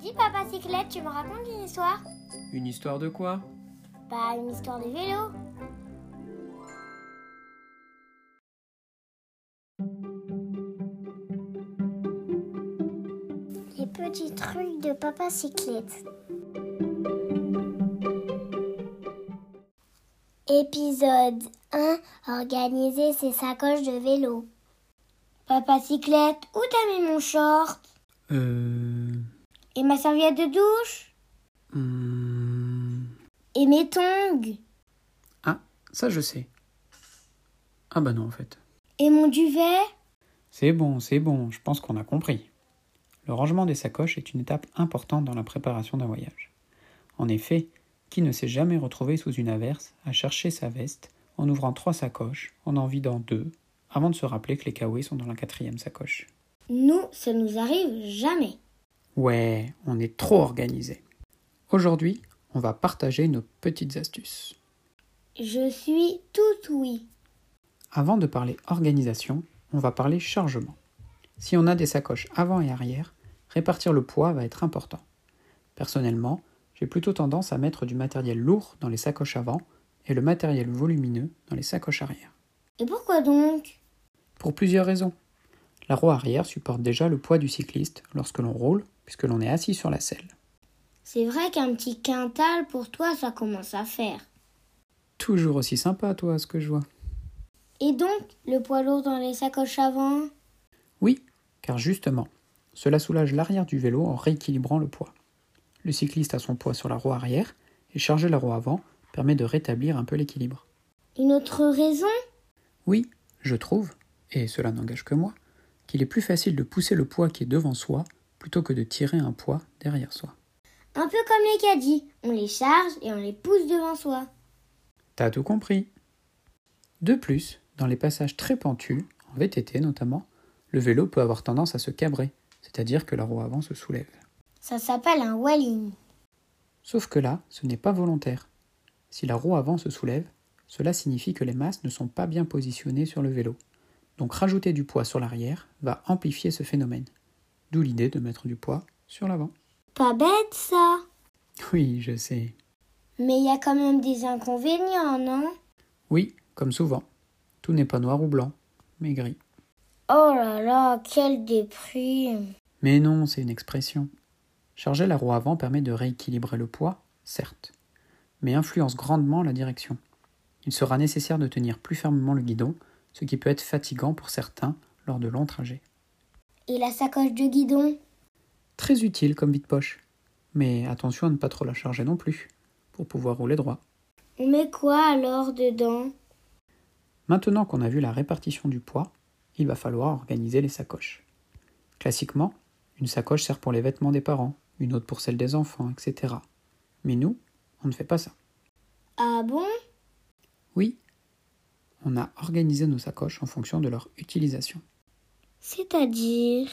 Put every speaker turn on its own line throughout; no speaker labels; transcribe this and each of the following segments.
Dis papa cyclette, tu me racontes une histoire
Une histoire de quoi
Bah une histoire de vélo. Les petits trucs de papa cyclette. Épisode 1 Organiser ses sacoches de vélo. Papa cyclette, où t'as mis mon short
Euh.
Et ma serviette de douche
hmm,
Et mes tongs
Ah, ça je sais. Ah bah non en fait.
Et mon duvet
C'est bon, c'est bon, je pense qu'on a compris. Le rangement des sacoches est une étape importante dans la préparation d'un voyage. En effet, qui ne s'est jamais retrouvé sous une averse à chercher sa veste en ouvrant trois sacoches, en en vidant deux, avant de se rappeler que les kawaii sont dans la quatrième sacoche
Nous, ça nous arrive jamais.
Ouais, on est trop organisé. Aujourd'hui, on va partager nos petites astuces.
Je suis tout oui.
Avant de parler organisation, on va parler chargement. Si on a des sacoches avant et arrière, répartir le poids va être important. Personnellement, j'ai plutôt tendance à mettre du matériel lourd dans les sacoches avant et le matériel volumineux dans les sacoches arrière.
Et pourquoi donc
Pour plusieurs raisons. La roue arrière supporte déjà le poids du cycliste lorsque l'on roule, puisque l'on est assis sur la selle.
C'est vrai qu'un petit quintal pour toi, ça commence à faire.
Toujours aussi sympa, toi, à ce que je vois.
Et donc, le poids lourd dans les sacoches avant
Oui, car justement, cela soulage l'arrière du vélo en rééquilibrant le poids. Le cycliste a son poids sur la roue arrière et charger la roue avant permet de rétablir un peu l'équilibre.
Une autre raison
Oui, je trouve, et cela n'engage que moi, qu'il est plus facile de pousser le poids qui est devant soi plutôt que de tirer un poids derrière soi.
Un peu comme les caddies. On les charge et on les pousse devant soi.
T'as tout compris. De plus, dans les passages très pentus, en VTT notamment, le vélo peut avoir tendance à se cabrer, c'est-à-dire que la roue avant se soulève.
Ça s'appelle un walling.
Sauf que là, ce n'est pas volontaire. Si la roue avant se soulève, cela signifie que les masses ne sont pas bien positionnées sur le vélo. Donc rajouter du poids sur l'arrière va amplifier ce phénomène. D'où l'idée de mettre du poids sur l'avant.
Pas bête ça.
Oui, je sais.
Mais il y a quand même des inconvénients, non
Oui, comme souvent. Tout n'est pas noir ou blanc, mais gris.
Oh là là, quelle déprime.
Mais non, c'est une expression. Charger la roue avant permet de rééquilibrer le poids, certes, mais influence grandement la direction. Il sera nécessaire de tenir plus fermement le guidon, ce qui peut être fatigant pour certains lors de longs trajets.
Et la sacoche de guidon
Très utile comme vide-poche, mais attention à ne pas trop la charger non plus, pour pouvoir rouler droit.
On met quoi alors dedans
Maintenant qu'on a vu la répartition du poids, il va falloir organiser les sacoches. Classiquement, une sacoche sert pour les vêtements des parents, une autre pour celle des enfants, etc. Mais nous, on ne fait pas ça.
Ah bon
Oui, on a organisé nos sacoches en fonction de leur utilisation.
C'est-à-dire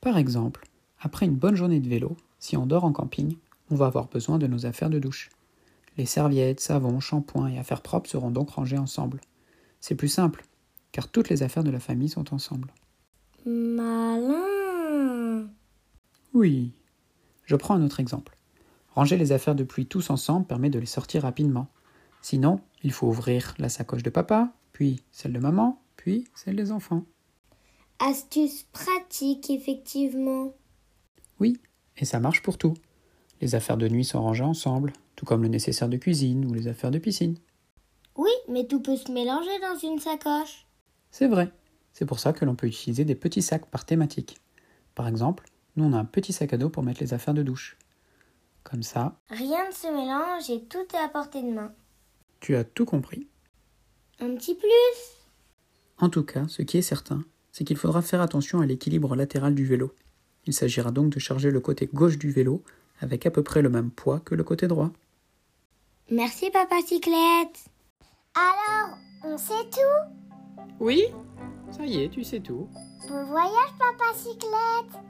Par exemple, après une bonne journée de vélo, si on dort en camping, on va avoir besoin de nos affaires de douche. Les serviettes, savons, shampoings et affaires propres seront donc rangées ensemble. C'est plus simple, car toutes les affaires de la famille sont ensemble.
malin.
Oui. Je prends un autre exemple. Ranger les affaires de pluie tous ensemble permet de les sortir rapidement. Sinon, il faut ouvrir la sacoche de papa, puis celle de maman, puis celle des enfants.
Astuce pratique, effectivement.
Oui, et ça marche pour tout. Les affaires de nuit sont rangées ensemble, tout comme le nécessaire de cuisine ou les affaires de piscine.
Oui, mais tout peut se mélanger dans une sacoche.
C'est vrai. C'est pour ça que l'on peut utiliser des petits sacs par thématique. Par exemple, nous on a un petit sac à dos pour mettre les affaires de douche. Comme ça,
Rien ne se mélange et tout est à portée de main.
tu as tout compris.
Un petit plus
En tout cas, ce qui est certain, c'est qu'il faudra faire attention à l'équilibre latéral du vélo. Il s'agira donc de charger le côté gauche du vélo avec à peu près le même poids que le côté droit.
Merci, papa cyclette. Alors, on sait tout
Oui Ça y est, tu sais tout.
Bon voyage, papa cyclette